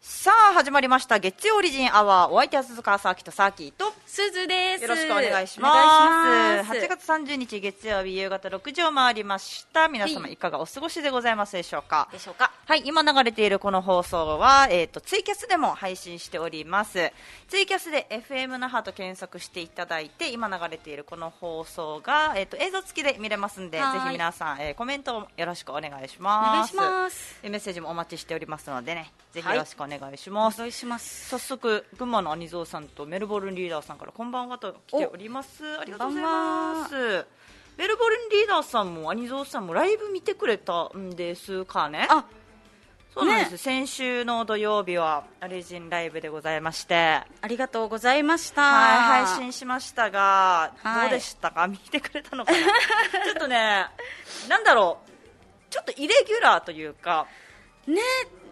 さあ始まりました月曜オリジンアワーお相手は鈴川サーキとサーキーとすずです。よろしくお願いしおま願いすします8月30日月曜日夕方6時を回りました皆様はいいかがお過ごしでございますでしょうかでしょうか。はい、今流れているこの放送は、えー、とツイキャスでも配信しておりますツイキャスで FM 那覇と検索していただいて今流れているこの放送が、えー、と映像付きで見れますんでぜはーいひ皆さん、えーコメントをよろしくお願いしおま願いすします。えメッセージもお待ちしておりますのでねぜひはいよろしくお願いします、願いします。早速群馬のアニゾウさんとメルボルンリーダーさんからこんばんはと来ておりますありがとうございますメルボルンリーダーさんもアニゾウさんもライブ見てくれたんですかねあ、そうなんです、ね先週の土曜日はアレジンライブでございましてありがとうございました。はい、配信しましたが、はいどうでしたか見てくれたのかなちょっとねなんだろうちょっとイレギュラーというかね、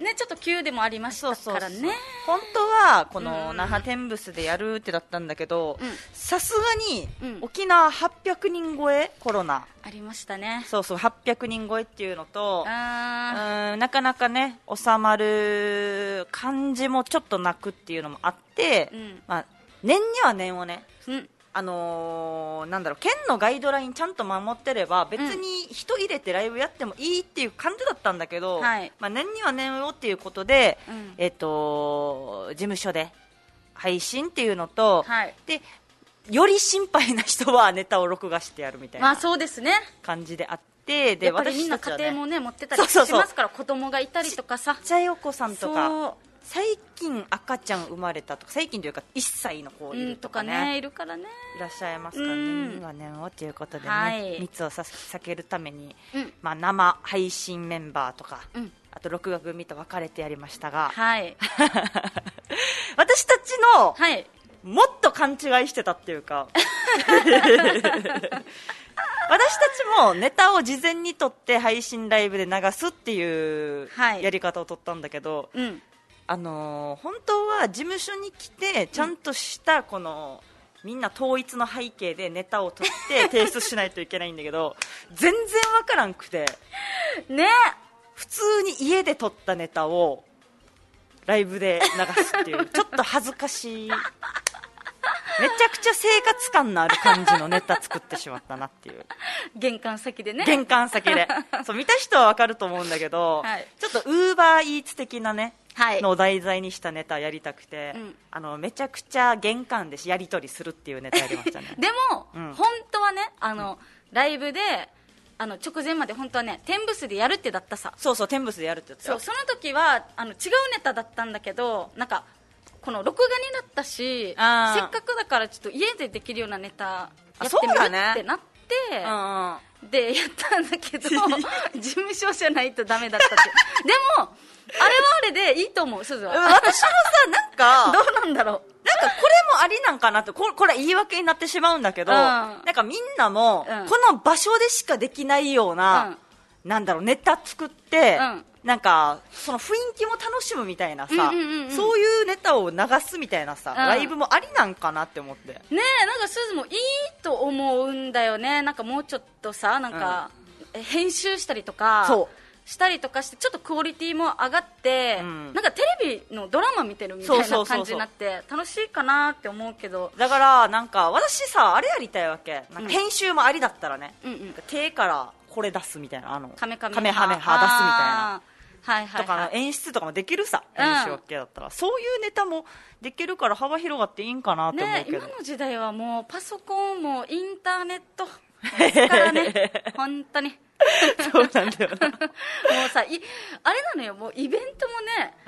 ね、ちょっと急でもありましたからね。本当はこのうん那覇天ブスでやるってだったんだけどうんさすがにうん沖縄800人超えコロナありましたね。そうそう800人超えっていうのとうあーんなかなかね収まる感じもちょっとなくっていうのもあって、うんまあ、年には年をねー、うん、あのーなんだろう県のガイドラインちゃんと守ってれば別に人入れてライブやってもいいっていう感じだったんだけど、はいまあ、年には年をっていうことで、うんえっと事務所で配信っていうのと、はいでより心配な人はネタを録画してやるみたいまあなそうですね。感じであってでやっぱりみんな私たちは家ね庭もね持ってたそうりしそうそうますから子供がいたりとかさちっ。ちゃいお子さんとかそ最近赤ちゃん生まれたとか最近というか1歳の子う、いうるん、ととかかね,、ねいるからね。いらっしゃいますからうんね、は年をということでね、はい密をさ避けるために、うんまあ、生配信メンバーとか、うんあと録画組と分かれてやりましたが、はい、私たちのはい、もっと勘違いしてたっていう か私たちもネタを事前に撮って配信ライブで流すっていうはいやり方を取ったんだけど、うん、あのー本当は事務所に来てちゃんとしたこの、みんな統一の背景でネタを取 って提出しないといけないんだけど全然わからんくてね、普通に家で撮ったネタをライブで流すっていう ちょっと恥ずかしいめちゃくちゃ生活感のある感じのネタ作ってしまったなっていう玄関先でね。玄関先 でそう見た人はわかると思うんだけど、はいちょっとウーバーイーツ的なねはい。の題材にしたネタやりたくて、うんあのめちゃくちゃ玄関でやり取りするっていうネタやりましたね でも、うん本当はねあの、ライブであの直前まで本当はね天ブスでやるってだったさそうそう天ブスでやるって言ってたそうよその時はあの違うネタだったんだけどなんかこの録画になったしせっあーかくだからちょっと家でできるようなネタやってそうみるだねってなって。うんうんでやったんだ けど事務所じゃないとダメだったってでもあれはあれでいいと思うすずは、うん私もさなんか どうなんだろなんかこれもありなんかなってここれ言い訳になってしまうんだけど、うんなんかみんなも、うんこの場所でしかできないような、なんだろうネタ作って、うんなんかその雰囲気も楽しむみたいなさ、うんうんうんうんそういうネタを流すみたいなさ、んライブもありなんかなって思ってうねえなんかすずもいいと思うんだよねなんかもうちょっとさなんか、え編集したりとかそうしたりとかしてちょっとクオリティも上がって、うんなんかテレビのドラマ見てるみたいそうそうそうなそう感じになって楽しいかなって思うけどだからなんか私さあれやりたいわけなんうかん編集もありだったらね、うんうん手からこれ出すみたいなあのカメカメカメハメハ出すみたいなあーはいはい、はい、とかの演出とかもできるさ、うん演習わけだったらそういうネタもできるから幅広がっていいんかなって思うねけど、 今の時代はもうパソコンもインターネットですからね本当にもそうなんだよ なうさいあれなのよもうイベント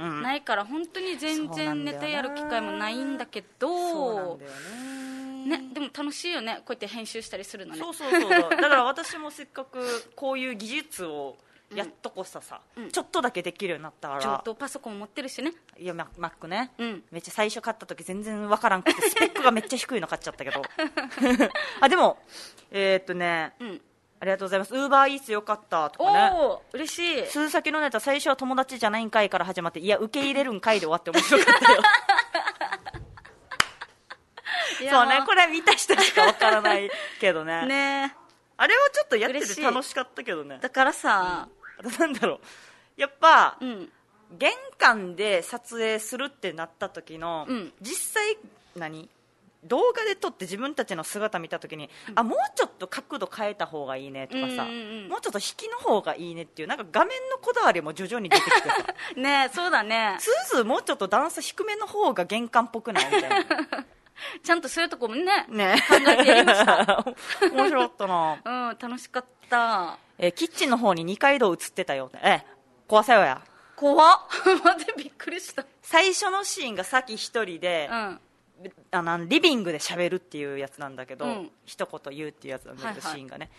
もね、うんないから本当に全そうなんだ然ネよなタやる機会もないんだけそうなんだよねどねでも楽しいよねこうやって編集したりするのねそうそう そうだから私もせっかくこういう技術をやっとこささ、うんちょっとだけできるようになったかちょらっとパソコン持ってるしねいやママックね、うんめっちゃ最初買った時全然わからんくてスペックがめっちゃ低いの買っちゃったけ どあでもえーっとねうんありがとうございますウーバーイーツよかったとおかねおー嬉しい数先のネタ最初は友達じゃないんかいから始まっていや受け入れるんかいで終わって面白かったよいやそうねこれ見た人しかわからないけどね ねあれはちょっとやって嬉してい楽しかったけどねだからさあとなんだろうやっぱ、うん玄関で撮影するってなった時の、うん実際何動画で撮って自分たちの姿見た時に、あもうちょっと角度変えた方がいいねとかさ、うんうんうんもうちょっと引きの方がいいねっていうなんか画面のこだわりも徐々に出てきてさ ねえそうだねスーズーもうちょっと段差低めの方が玄関っぽくないみたいなちゃんとそういうとこも ね ね考えてやりました面白かったな、うん楽しかったえーキッチンの方に二階堂映ってたよええ怖さよや怖っ 待ってびっくりした最初のシーンがさっき一人で、うんあのリビングで喋るっていうやつなんだけど、うん一言言うっていうやつなんだけど、はいはいシーンがね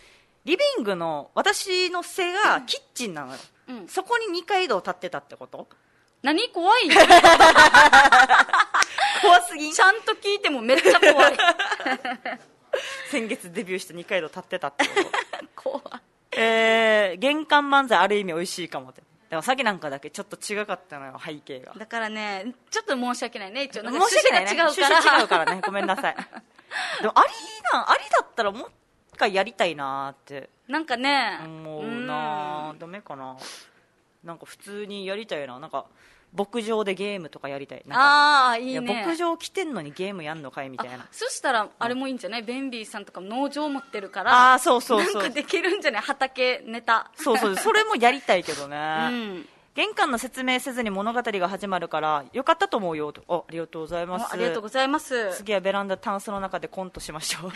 リビングの私の背がキッチンなのよ、うんそこに二階堂立ってたってこと何怖い 怖すぎんちゃんと聞いてもめっちゃ怖い先月デビューして二階堂立ってたってこ怖い とえー、玄関漫才ある意味美味しいかもってでもさっきなんかだけちょっと違かったのよ背景がだからねちょっと申し訳ないね一応なんか申し訳ないね趣旨が違うから趣旨違うからねごめんなさいでもありなんありだったらもう一回やりたいなーってなんかね思うなあダメかななんか普通にやりたいななんか牧場でゲームとかやりたいなんかああーいいいやね牧場来てんのにゲームやんのかいみたいなあそしたらあれもいいんじゃない、ベンビーさんとかも農場持ってるからああそうそうそうなんかできるんじゃない畑ネタそうそうそれもやりたいけどね、 うん玄関の説明せずに物語が始まるからよかったと思うよとあありがとうございますあありがとうございます次はベランダタンスの中でコントしまし ょう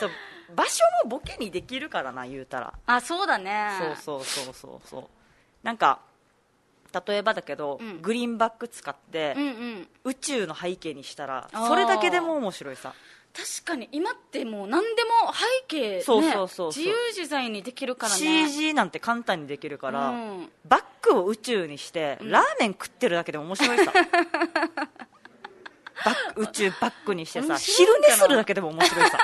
そう場所もボケにできるからな言うたらあそうだねそうそうそうそうそうなんか例えばだけど、うんグリーンバック使って、うんうん宇宙の背景にしたらあーそれだけでも面白いさ確かに今ってもう何でも背景、ね、そうそうそうそう自由自在にできるからね CG なんて簡単にできるから、うんバックを宇宙にして、ラーメン食ってるだけで面白い さバック宇宙バックにしてさ面昼白いん寝じゃないするだけでも面 白いさ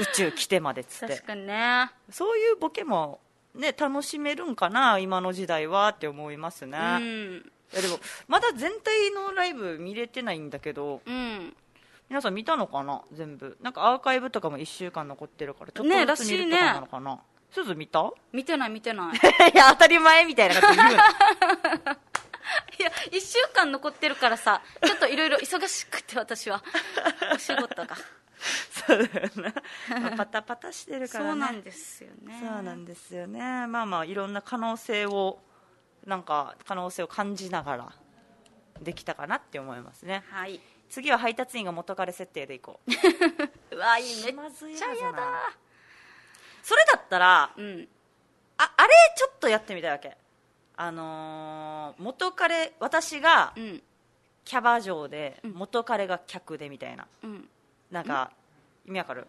宇宙来てまでっつって確かにねそういうボケもね楽しめるんかな今の時代はって思いますね、うんいやでもまだ全体のライブ見れてないんだけどうん皆さん見たのかな全部なんかアーカイブとかも1週間残ってるからちょっねとずつ見るとかなのかな、すず見た見てない見てない いや当たり前みたいな感じで言う いや1週間残ってるからさちょっといろいろ忙しくて私はお仕事がな そうだよな、まあパタパタしてるからねそうなんですよねそうなんですよねまあまあいろんな可能性をなんか可能性を感じながらできたかなって思いますねはいう次は配達員が元彼設定でいこうわいいめっまずいちゃややつだだなそれだったらうんああれちょっとやってみたいわけあのー元彼私がうんキャバ嬢で元彼が客でみたいなうんなんか意味わかる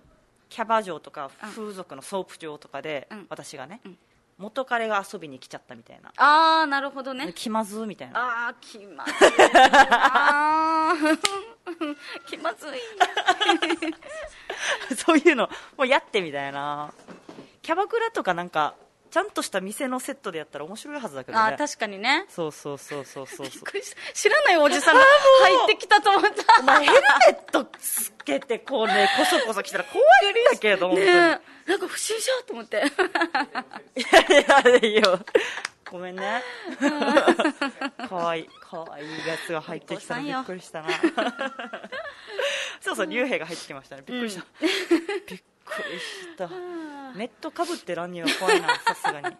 キャバ嬢とかうん風俗のソープ嬢とかでうん私がねうん元彼が遊びに来ちゃったみたいなああなるほどね気まずーみたいなああ気まずいな 気まずいな そういうのもうやってみたいなキャバクラとかなんかちゃんとした店のセットでやったら面白いはずだけどあねー確かにねそうそうそうそうそうびそっうくりした知らないおじさんが入ってきたと思ったお前ヘルメットつけてこうねこそこそ来たら怖いんだけど本当ねにえなんか不審者と思っていやいやいやごめんね かわいいかわいいやつが入ってきたのお子さんびよっくりしたなそうそう竜兵が入ってきましたねびっくりした、びっくりしたネットかぶって乱入は怖いなさすがに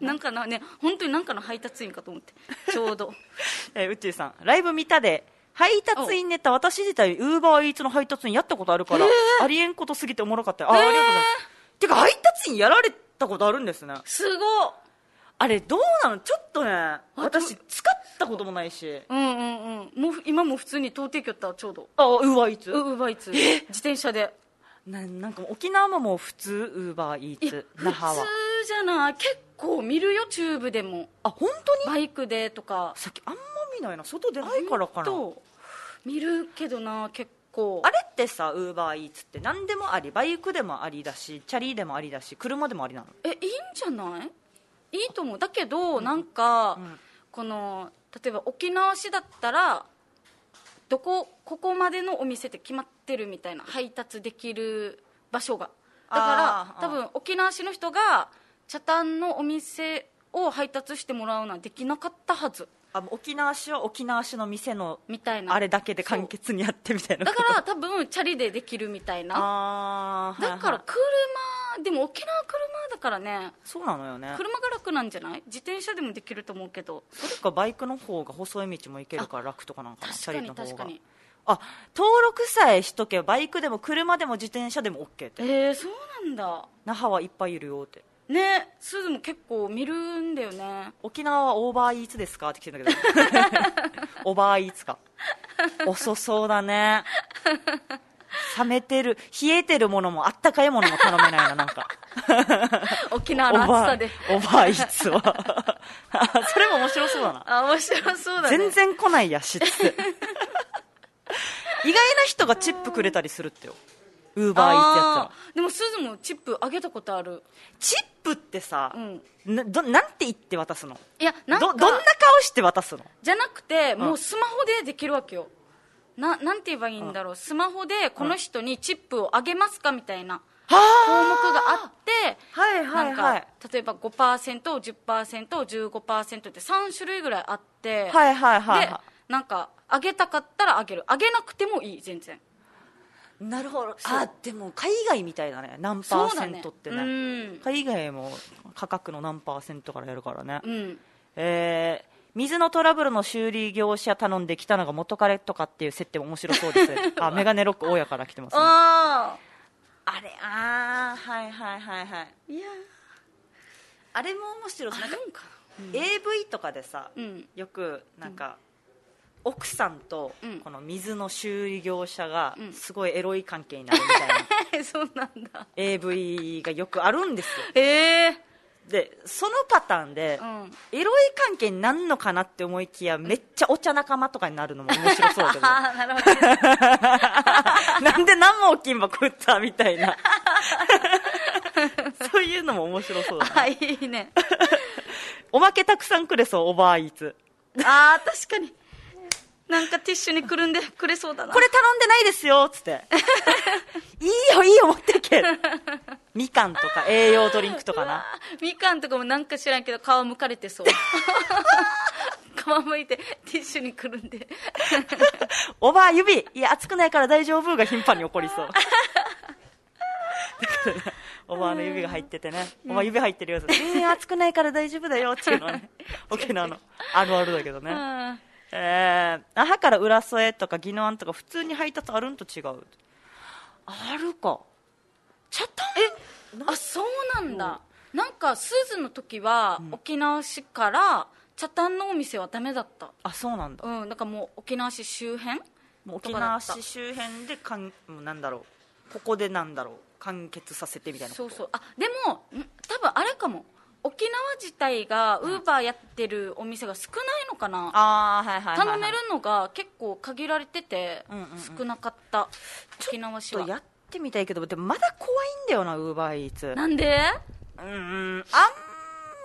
なんかのね本当になんかの配達員かと思ってちょうどえー、うっちーさん、ライブ見たで、配達員ネタ、私自体、ウーバーイーツの配達員やったことあるから、ありえんことすぎておもろかったよ。あ、ありがとうございます。てか、配達員やられたことあるんですね。すごっあれ、どうなのちょっとね、私、使ったこともないし。うんうんうんもう今も普通に東帝京行ったちょうどあ、ウーバーイーツうウーバーイーツ自転車でななんか、沖縄ももう普通、ウーバーイーいやツ、普那通覇は。じゃない結構見るよチューブでもあ、本当にバイクでとかさっき、あんま見ないな。外出ないからかな。と見るけどな結構あれってさ、ウーバーイーツって何でもあり、バイクでもありだし、チャリでもありだし、車でもありなの。えいいんじゃないいいと思うだけど、なんか、んこの例えば沖縄市だったらどこここまでのお店って決まってるみたいな配達できる場所がだあかーら多分沖縄市の人が北谷のお店を配達してもらうのはできなかったはずあもう沖縄市は沖縄市の店のみたいなあれだけで完結にやってみたいなだから多分チャリでできるみたいなあーはいはだいから車でも沖縄車だからねそうなのよね車が楽なんじゃない自転車でもできると思うけどそれかバイクの方が細い道も行けるから楽とかなんかなチャ確かリにの確方かがにあ登録さえしとけばバイクでも車でも自転車でも OK ってえー、そうなんだ那覇はいっぱいいるよってねスズも結構見るんだよね沖縄はオーバーイーツですかって来てんだ けどオーバーイーツか遅そうだ ね冷めてる冷えてるものもあったかいものも頼めないななんか沖オ縄ーのバー暑さでオーバーイーツは それも面白そうだなあ面白そうだ ね全然来ないやしって 意外な人がチップくれたりするってよウーバーイーツやったらあーでもすずもチップあげたことあるチップってさう、んなどなんて言って渡すのいやなどんどかんな顔して渡すのじゃなくてんもうスマホでできるわけよななんて言えばいいんだろうスマホでこの人にチップをあげますかみたいな項目があってはいなんか例えば 5%10%15% って3種類ぐらいあってはいはいはいではなんかあげたかったらあげるあげなくてもいい全然いなるほどそうあでも海外みたいだね何パそーうだセねントってうねん、海外も価格の何パーセントからやるからね、うん、えー水のトラブルの修理業者頼んできたのが元彼とかっていう設定も面白そう ですあメガネロック大家から来てます、ね、ああれあーはいはいはいはいあいやあれも面白あそうるなんかんか AV とかでさ、なうんよくなんか、奥さんとうんこの水の修理業者がうんすごいエロい関係になるみ たいな、そうなんだ AV がよくあるんですよええでそのパターンで、うんエロい関係になるのかなって思いきやめっちゃお茶仲間とかになるのも面白そうだけどああなるほど なんで何も金箱食ったみたいな そういうのも面白そうだなあいいねおまけたくさんくれそうオーバーイーツあー確かになんかティッシュにくるんでくれそうだなこれ頼んでないですよっつって いいよいいよ持ってけみかんとか栄養ドリンクとかなあーみかんとかもなんか知らんけど皮むかれてそう皮むいてティッシュにくるんでおばあ指いや熱くないから大丈夫が頻繁に起こりそう だからねおばあの指が入っててね、おばあ指入ってるよって、うん、熱くないから大丈夫だよっていうのは ね沖縄のあるあるだけどね、うんえー、那覇から浦添とか宜野湾とか普通に配達あるんと違うあるか茶炭あそうなんだなんかスーズの時は沖縄市から茶炭のお店はダメだったあそうなんだうんなんかもう沖縄市周辺もうと沖かだ縄った市周辺でかんもうなんだろうここでなんだろう完結させてみたいなことそうそうあでもん多分あれかも沖縄自体がウーバーやってるお店が少ないのかなああはいはいはい、は頼い、めるのが結構限られててうんうんうん少なかった沖縄市ちょっとはやってみたいけどでもまだ怖いんだよなウーバーイーツなんでうんうんあ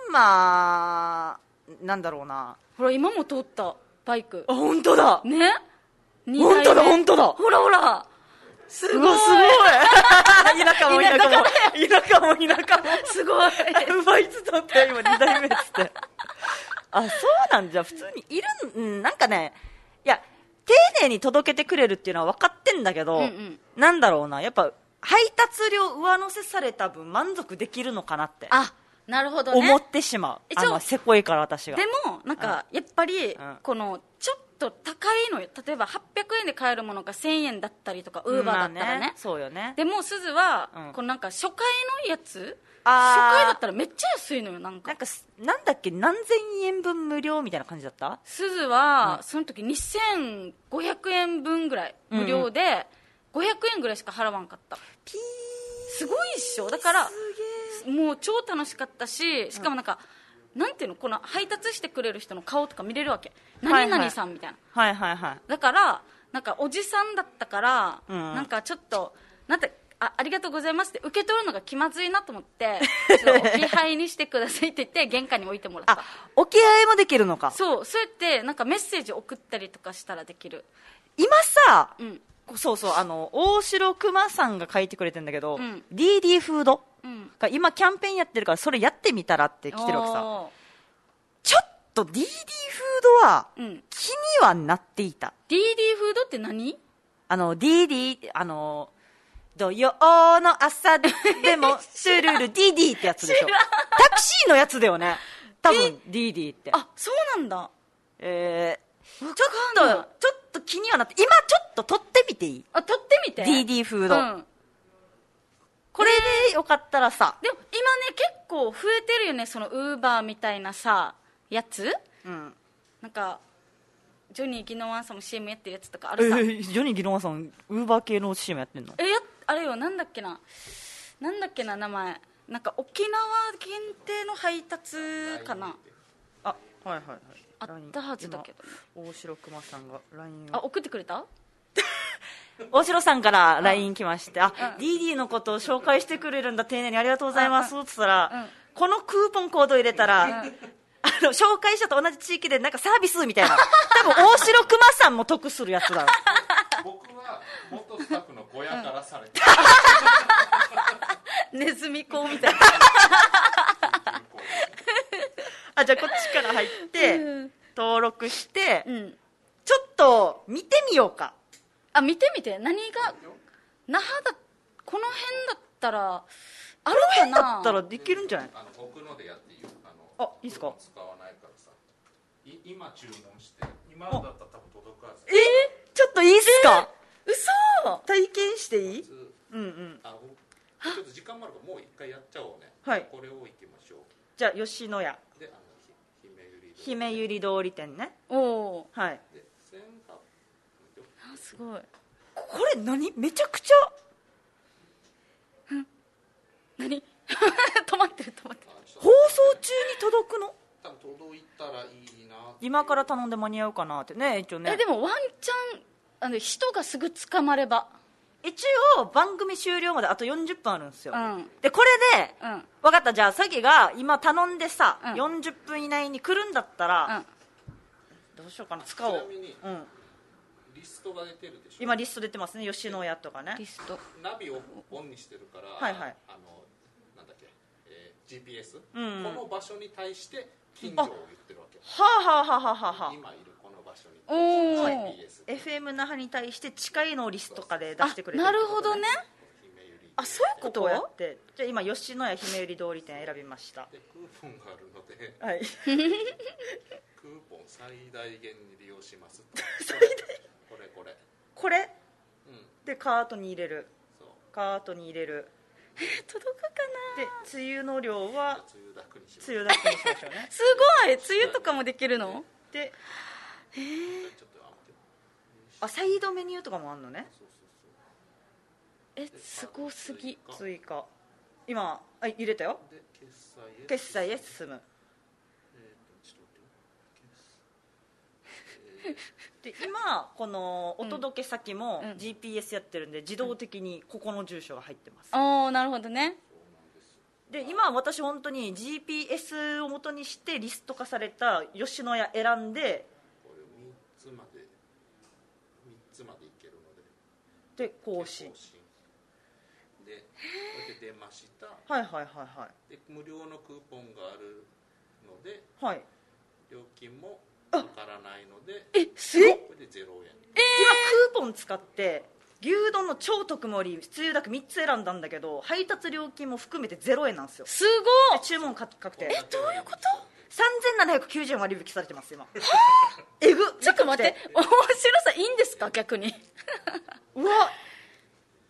んまなんだろうなほら今も通ったバイクあ本当だね二本当だ本当だほらほらすうごいわすごい 田舎も田舎も田舎も田舎もすごいウーバーイーツ取ったよ今2代目っつって あそうなんじゃ普通にいるんうんなんかねいや丁寧に届けてくれるっていうのは分かってんだけど、うんうんなんだろうなやっぱ配達料上乗せされた分満足できるのかなってあなるほどね思ってしまう、一あ応のせこいから私がでもなんかやっぱりんこのちょっと高いのよ例えば800円で買えるものが1000円だったりとかうんウーバーだったらまあねそうよねでもすずはうんこのなんか初回のやつあー初回だったらめっちゃ安いのよなんなかんかすなんだっけ何千円分無料みたいな感じだったすずはその時2500円分ぐらい無料で500円ぐらいしか払わんかったピーすごいっしょだからすげえもう超楽しかったししかもなんか、なんていうのこの配達してくれる人の顔とか見れるわけはいはい何々さんみたいな、はいはいはいだからなんかおじさんだったから、うんなんかちょっとなんてあありがとうございますって受け取るのが気まずいなと思って ちょっと置き配にしてくださいって言って玄関に置いてもらっあた置き合いもできるのかそうそうやってなんかメッセージ送ったりとかしたらできる今さうんそうそうあの大城くまさんが書いてくれてんだけど、うん DD フードうんが今キャンペーンやってるからそれやってみたらって来てるわけさおーと DD フードはうん気にはなっていた DD フードって何あの DD あの土曜の朝でもシュルル DD ってやつでしょ知らんタクシーのやつだよね多分 DD ってあそうなんだえー、ちょっかんないとちょっと気にはなって今ちょっと取ってみていいあ取ってみて DD フード、うん、これでよかったらさ、でも今ね結構増えてるよねそのウーバーみたいなさやつうん、なんかジョニー・ギノワンさんも CM やってるやつとかあえるさ、ジョニー・ギノワさんウーバー系の CM やってんのえやあれよなんだっけななんだっけな名前なんか沖縄限定の配達かなあはいはいはいあったはずだけどねど大城くまさんが LINE あ送ってくれた大城さんから LINE 来まして「あうん DD のことを紹介してくれるんだ丁寧にありがとうございます」って言ったうんら「このクーポンコード入れたら」あの紹介者と同じ地域でなんかサービスみたいな多分大城くまさんも得するやつだろ僕は元スタッフの小屋からされて ネズミ子みたいなあじゃあこっちから入ってうん登録して うんちょっと見てみようかあ見て見て何が那覇だこの辺だったらあるかなだったらできるんじゃないあの奥のでやっていいよあのあいいっすか使わないからさい今注文して今だったら多分届くはずえちょっといいっすか嘘体験していい普通うんうんあおちょっと時間もあるからもう一回やっちゃおうねはいこれをいきましょうじゃあ吉野家であのひ姫ゆり堂姫ゆり通り店ねおおはいで1800ーあすごいこれ何めちゃくちゃ何 止まってる止まってるあちょっ放送中に届くのと多分届いたらいいなって今から頼んで間に合うかなってね一応ねえでもワンチャンあの人がすぐ捕まれば一応番組終了まであと40分あるんですよ、うんでこれで、うん分かったじゃあさきが今頼んでさ、うん40分以内に来るんだったうら、んどうしようかな使おちうなみに、うん、リストが出てるでしょ今リスト出てますね吉野家とかねリストナビをオンにしてるから、はいはいあのなんだっけ、えー GPS、うんこの場所に対して近所を言ってるわけはあはあはあはあはあはあ今いるこの場所におー GPS FM 那覇に対して近いのをリストとかで出あしてくれてなってるこほとどね姫ゆりあそういうこことをやとってじゃあ今吉野家姫売り通り店選びましたでクーポンがあるのではいクーポン最大限に利用します ってこれこれこれこれうんでカートに入れるそうカートに入れる届くかなで梅雨の量は梅雨だくにします梅雨だけにしましょ うねすごい梅雨とかもできるのでちょっとあ待ってあサイドメニューとかもあるのねそうそうそえすごすぎあ追加今あ入れたようで決済へ決済へ進むえーとちょっと待で今このお届け先もうん GPS やってるんで自動的にここの住所が入ってますおおなるほどねで今私本当に GPS を元にしてリスト化された吉野家選んでってこれ3つまで三つまでいけるのでで更新更新でこれで出ましたはいはいはいはで無料のクーポンがあるのでいはい料金もわからないのでえすごっこれで0円今クーポン使って牛丼の超特盛りつゆだく3つ選んだんだけど配達料金も含めて0円なんですよすごっ注文確定えどういうこと3790円割引されてます今えぐちょっと待って面白さいいんですか逆にうわ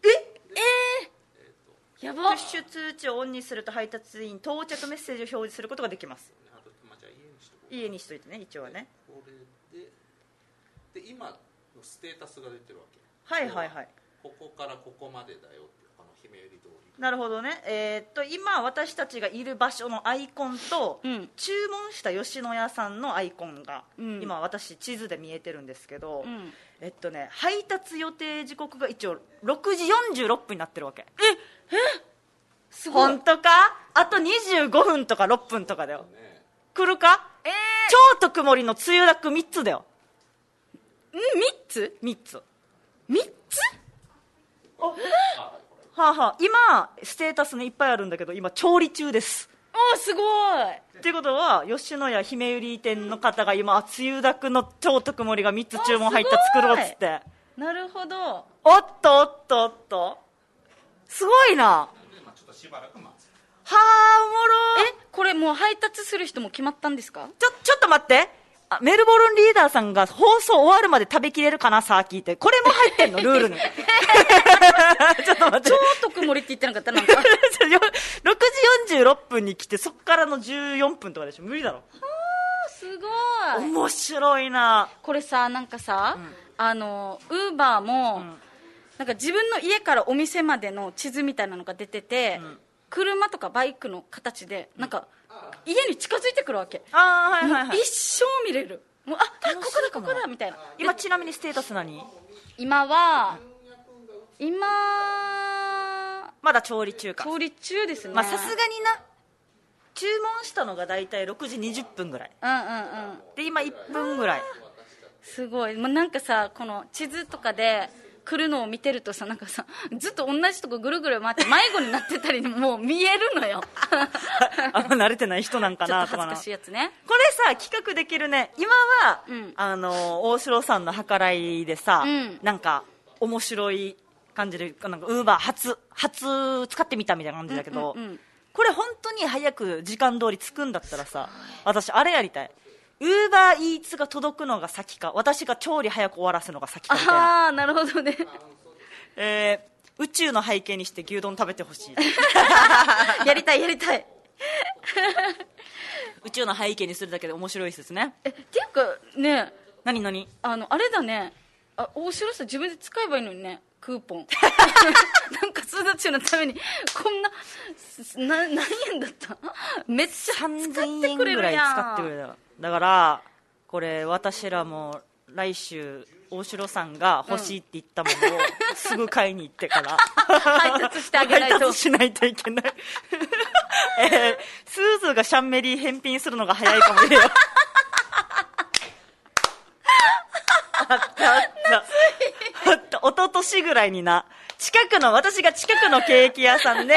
えやプばッシュ通知をオンにすると配達員到着メッセージを表示することができますあとまあじゃあ家にしとこう家にしといてね一応はねこれでで今のステータスが出てるわけはいはいはいここからここまでだよっていうこの姫売り通りなるほどねえーっと今私たちがいる場所のアイコンと、うん注文した吉野家さんのアイコンが、うん今私地図で見えてるんですけど、うんえっとね配達予定時刻が一応6時46分になってるわけすごい本当かあと25分とか6分とかだよね来るかえー超特盛りのつゆだく3つだようん3つ3つは3つあはいこれあ、はあ、今ステータスねいっぱいあるんだけど今調理中ですおーすごいってことは吉野家姫ゆり店の方が今あつゆだくの超特盛りが3つ注文入ったあすごい作ろうっつってなるほどおっとおっとおっとすごいなはでまあちょっとしばらく待つあおもろえこれもう配達する人も決まったんです かちょちょっと待ってあメルボルンリーダーさんが放送終わるまで食べきれるかなさあ聞いてこれも入ってんのルールにちょっ と待って超特盛りって言ってなかったなんかちょよ6時46分に来てそっからの14分とかでしょ無理だろ すごい面白いなこれさなんかさ、あのウーバーも、んなんか自分の家からお店までの地図みたいなのが出てて、ん車とかバイクの形でなんか、家に近づいてくるわけ、ああはいはいはいもう一生見れるもうああここだここだみたいな今ちなみにステータス何今は今まだ調理中か調理中ですねまあさすがにな注文したのが大体6時20分ぐらいうんうんうんで今1分ぐらいすごい、まあ、なんかさこの地図とかで来るのを見てるとさなんかさずっと同じとこぐるぐる回って迷子になってたりもう見えるのよあんま慣れてない人なんか ちょっなとと恥ずかかなしいやつねこれさ企画できるね今は、うんあの大城さんの計らいでさ、うんなんか面白い感じでなんかウーバー初初使ってみたみたいな感じだけど、うんうんうんこれ本当に早く時間通り着くんだったらさ私あれやりたいウーバーイーツが届くのが先か私が調理早く終わらすのが先かみたいな、ああなるほ どねえー宇宙の背景にして牛丼食べてほしいやりたいやりたい宇宙の背景にするだけで面白いですねえっていうかね何何あのあれだねあ大城さん自分で使えばいいのにねクーポ ンなんかその中のためにこんなすな何円だっためっちゃ使っ3000て円ぐくれらるいやん使ってくれただからこれ私らも来週大城さんが欲しいって言ったものをすぐ買いに行ってから配達してあげない配と達しないといけないえースーズがシャンメリー返品するのが早いかもねよあったおととしぐらいにな近くの私が近くのケーキ屋さんで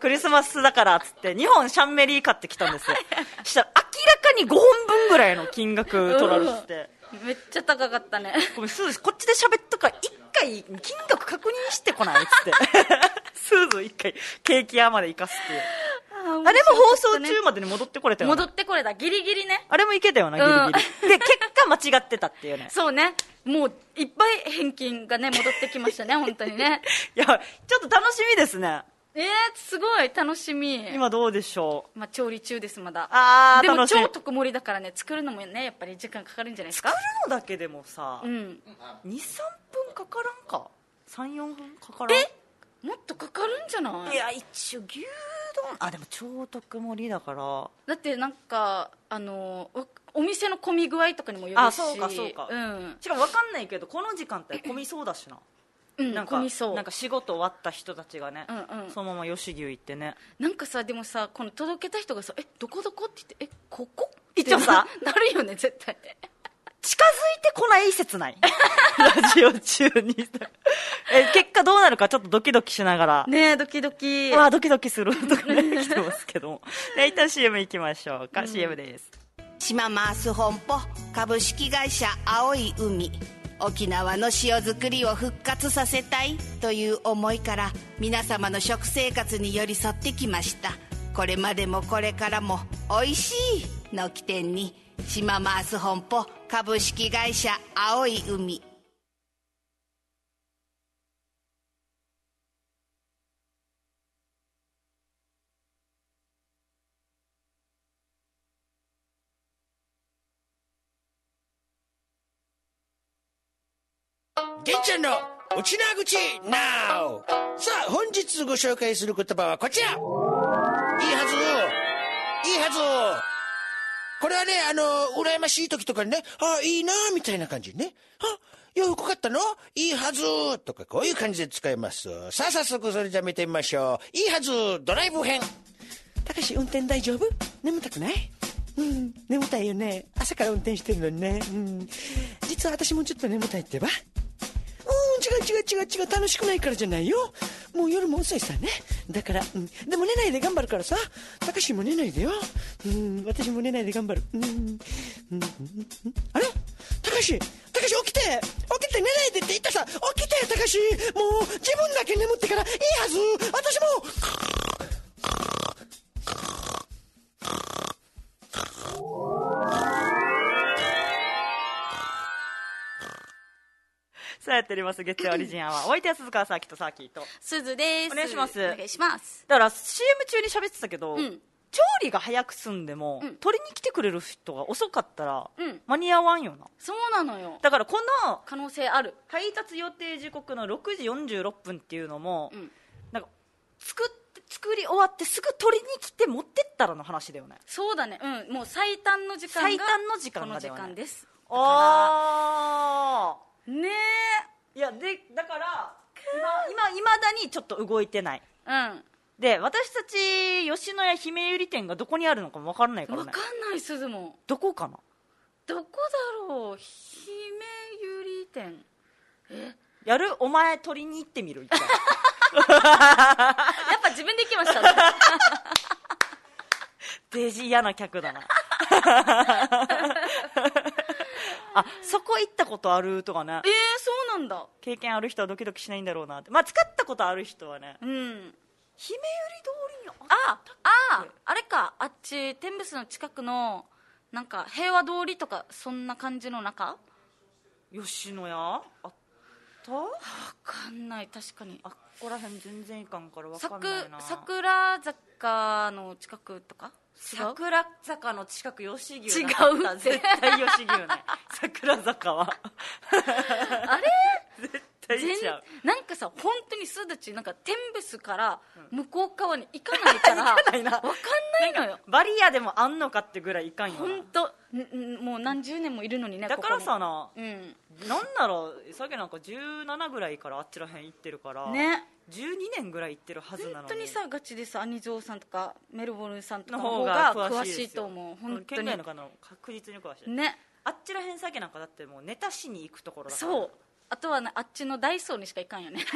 クリスマスだからっつって2本シャンメリー買ってきたんですよしたら明らかに5本分ぐらいの金額取られててめっちゃ高かったねごめんスーズこっちで喋っとくから一回金額確認してこないっつって スーズ一回ケーキ屋まで行かすっていうああれも放送中までに戻ってこれたよね戻ってこれだギリギリねあれもいけたよなギリギリ、で結果間違ってたっていうねそうねもういっぱい返金がね戻ってき ましたね本当にねいやちょっと楽しみですねえー、すごい楽しみ今どうでしょうまあ、調理中ですまだあーでも楽しみ超特盛りだからね作るのもねやっぱり時間かかるんじゃないですか作るのだけでもさ、うん23分かからんか34分かからんもっとかかるんじゃないいや一応牛丼あでも超特盛りだからだってなんかあのわお店の混み具合とかにもよるしあそうかそうかうん、しかも分かんないけどこの時間帯混みそうだしなうん、なんか混みそうなんか仕事終わった人たちがね、うんうんそのまま吉牛行ってねなんかさでもさこの届けた人がさ「えどこどこ?」って言って「えここ?」一応さってななるよね絶対近づいてこない説ないラジオ中にえ結果どうなるかちょっとドキドキしながら、ねえドキドキわあドキドキするとかね来てますけどもで一旦 CM 行きましょうか、CM です島マース本舗株式会社青い海沖縄の塩作りを復活させたいという思いから皆様の食生活に寄り添ってきましたこれまでもこれからも「おいしい」の起点に島マース本舗株式会社青い海玄ちゃんのウチナー口 NOW! さあ、本日ご紹介する言葉はこちらいいはずいいはずこれはね、あの、羨ましい時とかにね、あいいなみたいな感じにね。あ洋服買ったのいいはずとか、こういう感じで使います。さあ、早速それじゃあ見てみましょう。いいはずドライブ編たかし運転大丈夫眠たくないうん眠たいよね朝から運転してるのにねうん実は私もちょっと眠たいってばうん、ち違う違う違う違う楽しくないからじゃないよもう夜も遅いさねだから、うん、でも寝ないで頑張るからさたかしも寝ないでようん私も寝ないで頑張るうんうんうんうんあれたかしたかし起きて起きて寝ないでって言ったさ起きてたかしもう自分だけ眠ってからいいはず私もさあやっております月曜オリジンアワーお相手は鈴川サーキとサーキとすずですお願いしますお願いしますだから CM 中に喋ってたけど、うん調理が早く済んでも、うん取りに来てくれる人が遅かったら、うん間に合わんよなそうなのよだからこの可能性ある配達予定時刻の6時46分っていうのも、うんなんか作って作り終わってすぐ取りに来て持ってったらの話だよねそうだねうんもう最短の時間が最短の時間がこの時だよね間ですだああからねいやでだから今いまだにちょっと動いてないえうんで私たち吉野家姫ゆり店がどこにあるのかも分からないからわねかんないすずもどこかなどこだろう姫ゆり店やるお前取りに行ってみる 一回やっぱ自分で行きまし たねデジ嫌な客 だなあそこ行ったことあるとかねえー、そうなんだ経験ある人はドキドキしないんだろうなってまあ使ったことある人はねうん姫ゆり通りにああああれかあっち天仏の近くのなんか平和通りとかそんな感じの中わ吉野家あったかんない確かにあっこらへん全然いかんから分かん桜ないな桜坂の近くとか違う桜坂の近く吉牛違うなかった絶対吉牛 ない桜坂はあれ 絶対全ちゃうなんかさ本当にすだちなんか天仏から向こう側に 行かないから行かないなわかんないのよバリアでもあんのかってぐらいいかんよな本当んんもう何十年もいるのにねだからさこなこにうんなんならさっきなんか17ぐらいからあっちらへん行ってるから、ね12年ぐらい行ってるはずなのに本当にさガチでさアニゾーさんとかメルボルンさんとかのの方方がが詳詳しいしでいすよと思う本当県に外の方の確実に詳しい、ねあっちらへんさっきなんかだってもうネタしに行くところだからそうあとはなあっちのダイソーにしか行かんよね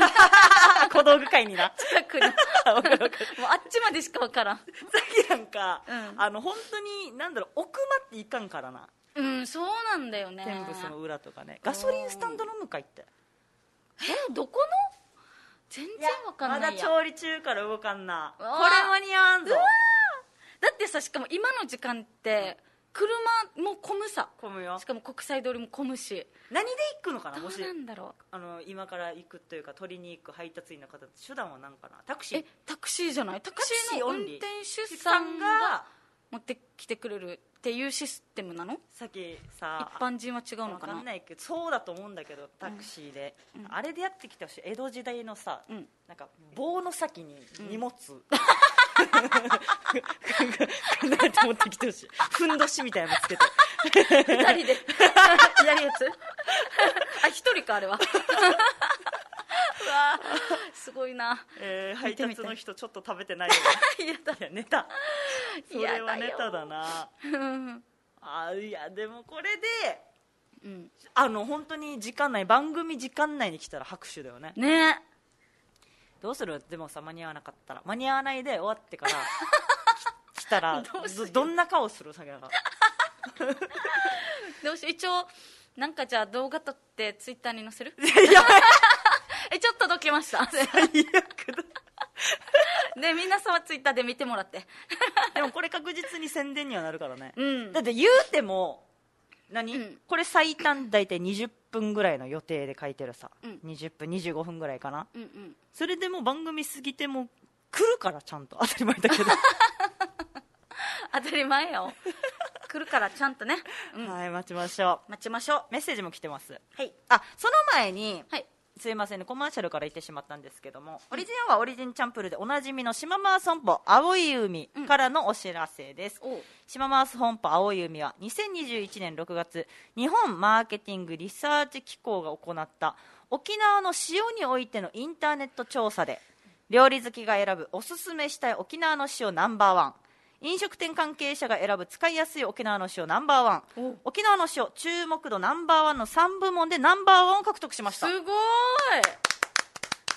あ小道具会にな近くに もうわかるわかるあっちまでしか分からんさっきなんか、うんあの本当になんだろう奥まっていかんからなうんそうなんだよね天部その裏とかねガソリンスタンドの向かいってえどこの全然分かんないやまだ調理中から動かんなこれうわ間に合わんぞだってさしかも今の時間って車も混むさ混むよしかも国際通りも混むし何で行くのかなどもしうなんだろあの今から行くというか取りに行く配達員の方って手段は何かなタクうシーえタクシーじゃないタクシーのタクシーオ運ンリー転手ささんんがが持ってきてくれるっていうシステムなのさっき一さ般人は違うのわかかなんないけどそうだと思うんだけどタクシーで、あれでやってきてほしい江戸時代のさ、うんなんか棒の先に荷物、考えて持ってきてほしいふんどしみたいなのつけて 二人でやるやつ あ一人かあれは うわ すごいなえー配見てみ達たいの人ちょっと食べてないよ嫌だいやネタそれは嫌だよネタだなうんあーいやでもこれでうんあの本当に時間内番組時間内に来たら拍手だよねねどうするでもさ間に合わなかったら間に合わないで終わってから き来たらどうしよどうどんな顔するさきらがどうしよう一応なんかじゃあ動画撮ってツイッターに載 せるえちょっとどきましたで皆様ツイッターで見てもらってでもこれ確実に宣伝にはなるからね、うんだって言うても何、うんこれ最短大体20分ぐらいの予定で書いてるさ、うん20分25分ぐらいかなうんうんそれでもう番組過ぎても来るからちゃんと当たり前だけど、当たり前よ来るからちゃんとね、うん、はい待ちましょ待ちましょううメッセージも来てますはいあその前にはいすいませんねコマーシャルから言ってしまったんですけども、オリジンはオリジンチャンプルでおなじみの島マーソンポ青い海からのお知らせです、おう島マース本舗青い海は2021年6月日本マーケティングリサーチ機構が行った沖縄の塩においてのインターネット調査で料理好きが選ぶおすすめしたい沖縄の塩ナンバーワン飲食店関係者が選ぶ使いやすい沖縄の塩ナンバーワンお沖縄の塩注目度ナンバーワンの3部門でナンバーワンを獲得しましすたごーい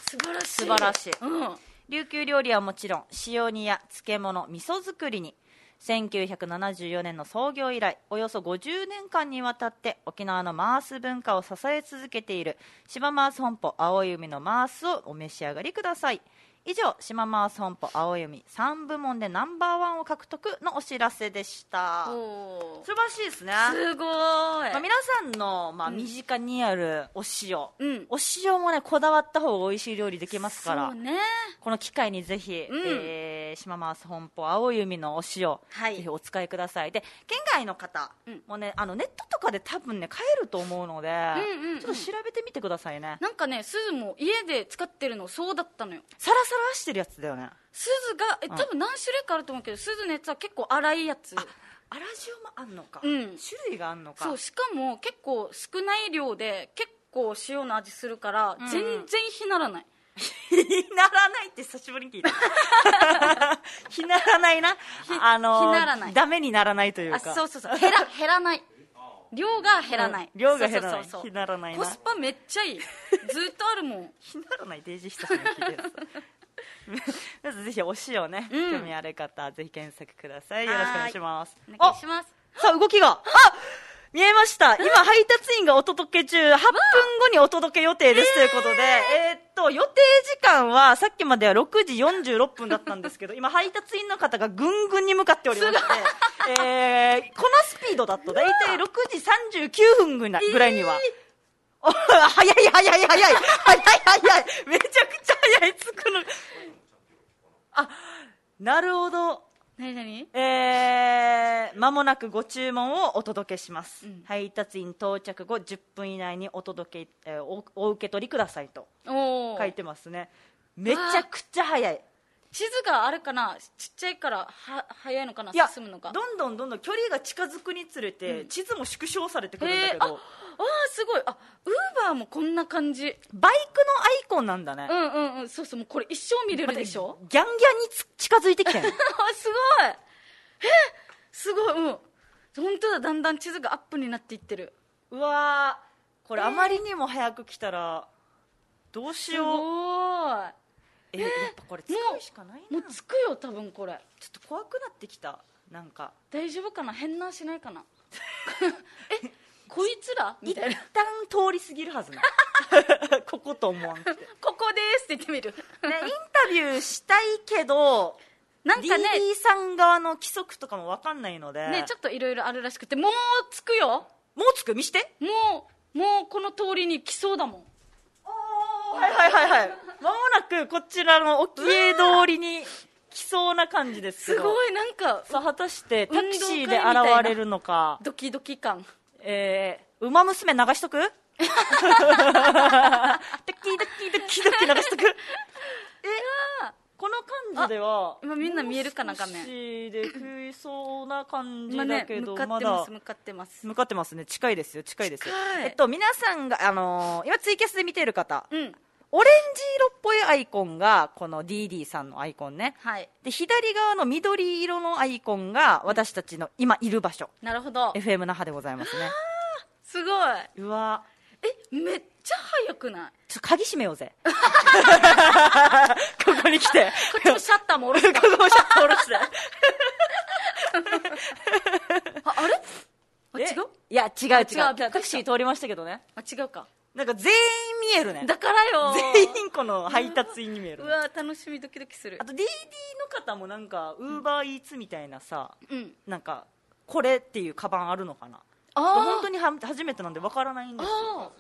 素晴らしい素晴らしいうん琉球料理はもちろん塩煮や漬物味噌作りに1974年の創業以来およそ50年間にわたって沖縄のマース文化を支え続けている島マース本舗青い海のマースをお召し上がりください以上島マース本舗青い海3部門でナンバーワンを獲得のお知らせでしたお素ー晴らしいですねすごーい、まあ、皆さんの、まあ、身近にあるお塩、うんお塩もねこだわった方が美味しい料理できますからそうねこの機会にぜひ、うんえー島マース本舗青い海のお塩、はいぜひお使いくださいで県外の方うんもね、あのネットとかで多分ね買えると思うので、うんうんうんちょっと調べてみてくださいねなんかねすずも家で使ってるのそうだったのよサラサラしてるやつだよねすずがえん多分何種類かあると思うけどすずのやつは結構粗いやつ粗塩もあんのか、うん種類があんのかそうしかも結構少ない量で結構塩の味するから全然ひならない、 ひならないって久しぶりに 聞いたひならないなあのひならないダメにならないというかあそうそうそう減ら減らない量が減らない、うん量が減らないそうそうそうそうひならないなコスパめっちゃいいずっとあ るもんひならないデイジー久しぶりに聞いたやつまずぜひお塩ね、うん興味ある方ぜひ検索くださいよろしくお願いしますお願いしますおさあ動きがあ見えました今配達員がお届け中8分後にお届け予定ですということで、えーっと予定時間はさっきまでは6時46分だったんですけど今配達員の方がぐんぐんに向かっておりましてえーこのスピードだと大体6時39分ぐらいぐらいには、お早い早い早い早い早い早いめちゃくちゃ早いつくのあなるほど何何えー、間もなくご注文をお届けします、うん配達員到着後10分以内にお届け、えーおお受け取りくださいとおお書いてますねめちゃくちゃ早い地図があれかなちっちゃいからは早いのかないや進むのかどんどんどんどん距離が近づくにつれて、地図も縮小されてくるんだえけー、ああど、ーすごいあウーバーもこんな感じバイクのアイコンなんだね、うんうんうんそうそうもうこれ一生見れるでしょギャンギャンにつ近づいてきてるあすごいえすごいうん本当だだんだん地図がアップになっていってるうわーこれあまりにも早く来たらどうしすようごいえやっぱこれ使うしかないなもうつくよ多分これちょっと怖くなってきたなんか大丈夫かな変なしない かなえこいつ らみ一たい旦な通り過ぎるはずな ここと思わんくて、ね、 「ここです」って言ってみるインタビューしたいけどなんかね DD さん側の規則とかも分かんないのでねちょっといろいろあるらしくてもうつくよもうつく見してもうもうこの通りに来そうだもんはいはいはいはいまもなくこちらの沖江通りに来そうな感じですけすどごいなんかさあ果たしてタクシー運動会みでたいな現れるのかドキドキ感えー、ウマ娘流しと くドキドキドキドキ流 しとくえこの感じでは今みんな見えるかな画面もう少しで食いそうな感じ今ねだけ向ど、かっまてまだす向かってます向かってますね近いですよ近いですよ近いえっと皆さんがあのー今ツイキャスで見てる方、うんオレンジ色っぽいアイコンがこの DD さんのアイコンねはいで左側の緑色のアイコンが私たちの今いる場所、なるほど FM 那覇でございますねすごいうわえめっちゃ早くないちょっと鍵閉めよう ぜ。ここに来て。こっちもシャッターも下ろこ すかこもシャッター下ろして。ああれあ違ういや、違う違違うう。タクシー通りましたけどね。あ違うかなんか全員見えるね。だからよ全員この配達員に見えるう。わ楽しみドキドキするあと DD の方もなんか、ウーバーイーツみたいなさ、うんなんか、これっていうカバンあるのかなあー本当には初めてなんでわからないんですよ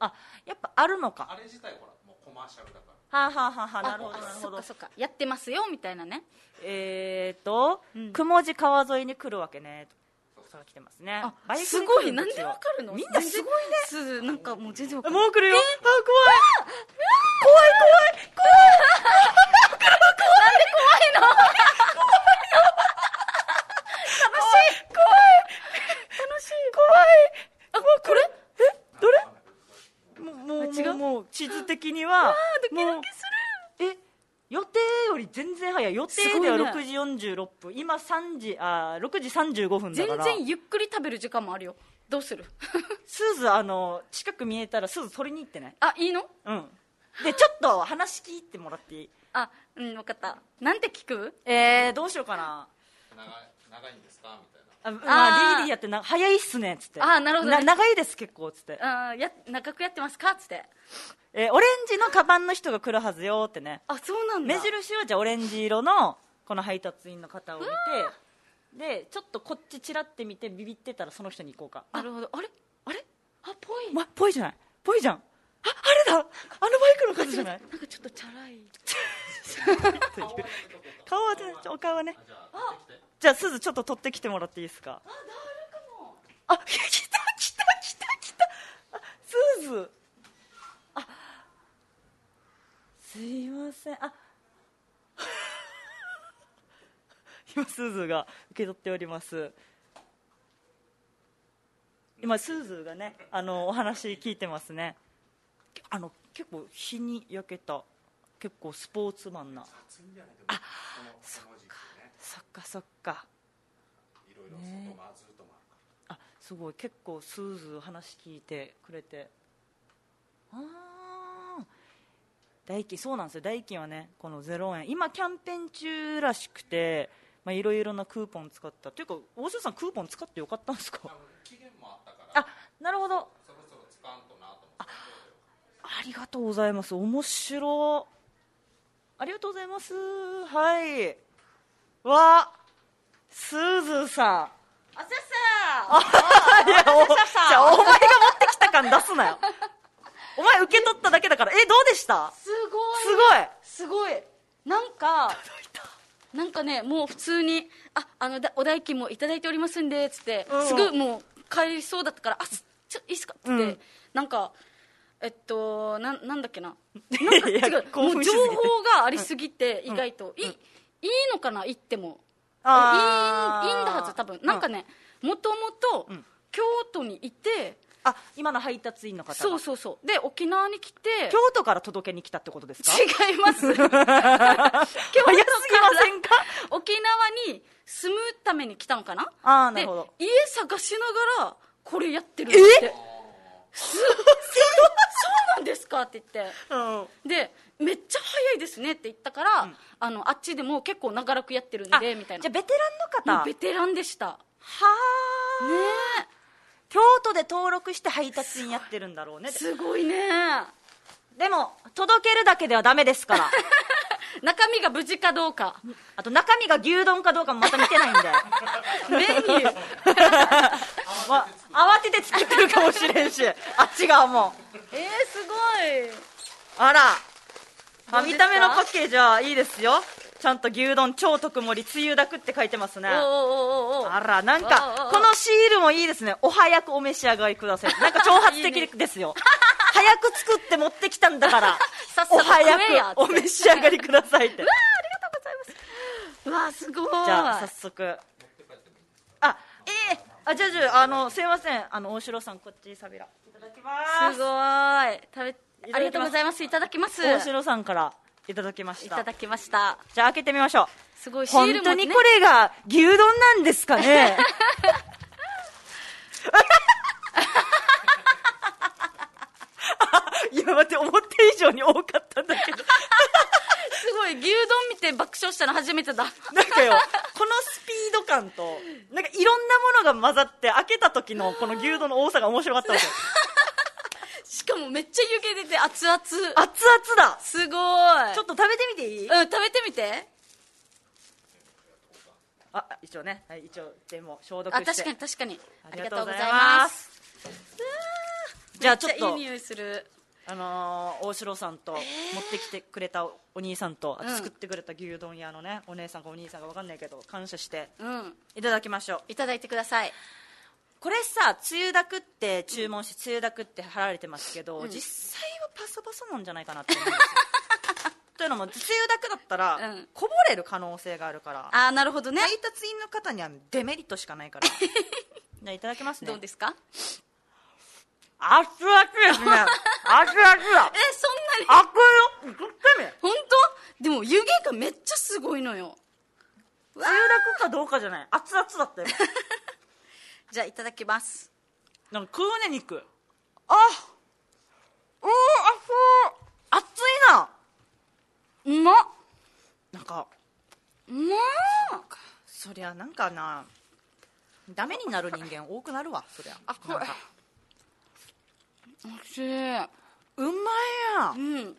ああ、やっぱあるのか。あれ自体ほらもうコマーシャルだからはあ、はあはあはあ、あなるほど、なるあそほっどか。そっかやってますよみたいなねえーと、うんくもじ川沿いに来るわけねとさあ来てますねあバイクです来るごい道なんはでわかるのみんなすごいね全然すなんかもう全然わかんないもう来るよ、あ怖いあこれもうもう違うもうもう地図的にはドキドキもうえ予定より全然早い予す定ごでいはね6時46分、今3時あー6時35分だ全から然ゆっくり食べる時間もあるよどうする スーズあの近く見えたらスーズ取りに行ってないあいいのうんでちょっと話聞いてもらっていいあうん分かったなんて聞くえー、どうしようかな長い長いんですかみたいなあ、まあ、あー DD やってな早いっすねっつってあーなるほどね長いです結構っつって、あーや長くやってますかっつってえーオレンジのカバンの人が来るはずよってねあそうなんだ目印はじゃあオレンジ色のこの配達員の方を見てでちょっとこっちちらって見てビビってたらその人に行こうかなるほどあれあれあぽいお前ぽいじゃないぽいじゃんああれだあのバイクの方じゃないなんかちょっとチャラい顔はちょお顔はねじゃあすずちょっと取ってきてもらっていいですかあ来た来た来た来たあすずあすいませんあ 今すずが受け取っております今すずがねあのお話聞いてますねあの結構日に焼けた結構スポーツマンなそっかそっかいろいろ外回ずっと回るからあすごい結構スーズー話聞いてくれてあー代金そうなんですよ代金はねこの0円今キャンペーン中らしくてまあいろいろなクーポン使ったというか大城さんクーポン使ってよかったんですか多分期限もあったからあなるほどそろそろ使わんとなと思ってありがとうございます。面白い。ありがとうございます。はい。わ、すずさん。あさいや、お、じゃあお前が持ってきた感出すな よ。お前受け取っただけだから。え、どうでしたすごいすごい。すごいなんかなんかねもう普通に「ああのだお代金もいただいておりますんで」つって、うんすごいもう帰りそうだったから「あすちょいいっすか」つって、うんなんかえっとなんなんだっけななんか違う興もう奮し情すぎて報がありすぎて、ん意外と、いいいいのかな行ってもあーいいいいんだはず多分なんかねもともとうん京都にいて、あ、今の配達員の方が。そうそうそうで沖縄に来て京都から届けに来たってことですか違 います京都早すぎませんか沖縄に住むために来たんかなあーなるほどで家探しながらこれやってるんですってすそうそうなんですかって言ってうん。でめっちゃ早いですねって言ったから、あのあっちでも結構長らくやってるんあでみたいじなゃあベテランものう方ベ。テランでしたはあ。ね京都で登録して配達員やってるんだろうねえすごいねでも届けるだけではダメですから中身が無事かどうかあと中身が牛丼かどうかもまた見てないんで メニューわ慌てて作ってるかもしれんしあっち側もえー、すごいあらあどう見ですかた目のパッケージはいいですよちゃんと牛丼超特盛りつゆだくって書いてますねおおおおおあらなんおうおうおかうこのシールもいいですねお早くお召し上がりくださ いなんか挑発いいね的ですよ早く作って持ってきたんだ からさっさおと食え早やくお召し上がりくださいってうわすごいじゃあ早速あええあじゃあじゃああのすいませんあの大城さんこっちサビラいただきますすごーい食いただきまべすありがとうございますいただきます大城さんからいただきましいたただきましたじゃあ開けてみましょすごういシー本ルも、ね、当にこれが牛丼なんですかね いや待って思った以上に多かったんだけどすごい牛丼見て爆笑したの初めてだなんかよ、このスピード感と、なんかいろんなものが混ざって、開けた時のこの牛丼の多さが面白かったわけ。 しかもめっちゃ湯気出て熱々熱々だすごいちょっと食べてみていいうん食べてみてあ、一応ね、はい、一応、でも消毒あして。確かに確かにありがとうございありがとうございまますす。じゃあちょっめちゃいとい、匂いするあのー大城さんと、持ってきてくれたお兄さんと、あとうん作ってくれた牛丼屋のね、お姉さんかお兄さんかわかんないけど、感謝して、うんいただきましょう。いただいてくださいこれさ梅雨だくって注文して梅雨だくって貼られてますけど、実際はパサパサなんじゃないかなって思うんです よというのも梅雨だくだったら、うんこぼれる可能性があるからあーなるほどね配達員の方にはデメリットしか ないからじゃあいただきますねどうですか熱 々ですね熱々だえそんなに開くよ食ってみ本でも湯気がめっちゃすごいのよ中落かどうかじゃない熱々だ ったよじゃあいただきますなんか食うね肉あおお熱い熱いなうまっなんかうまっそりゃなんかなダメになる人間多くなるわそりゃあこれなんかおいしいうまいやんん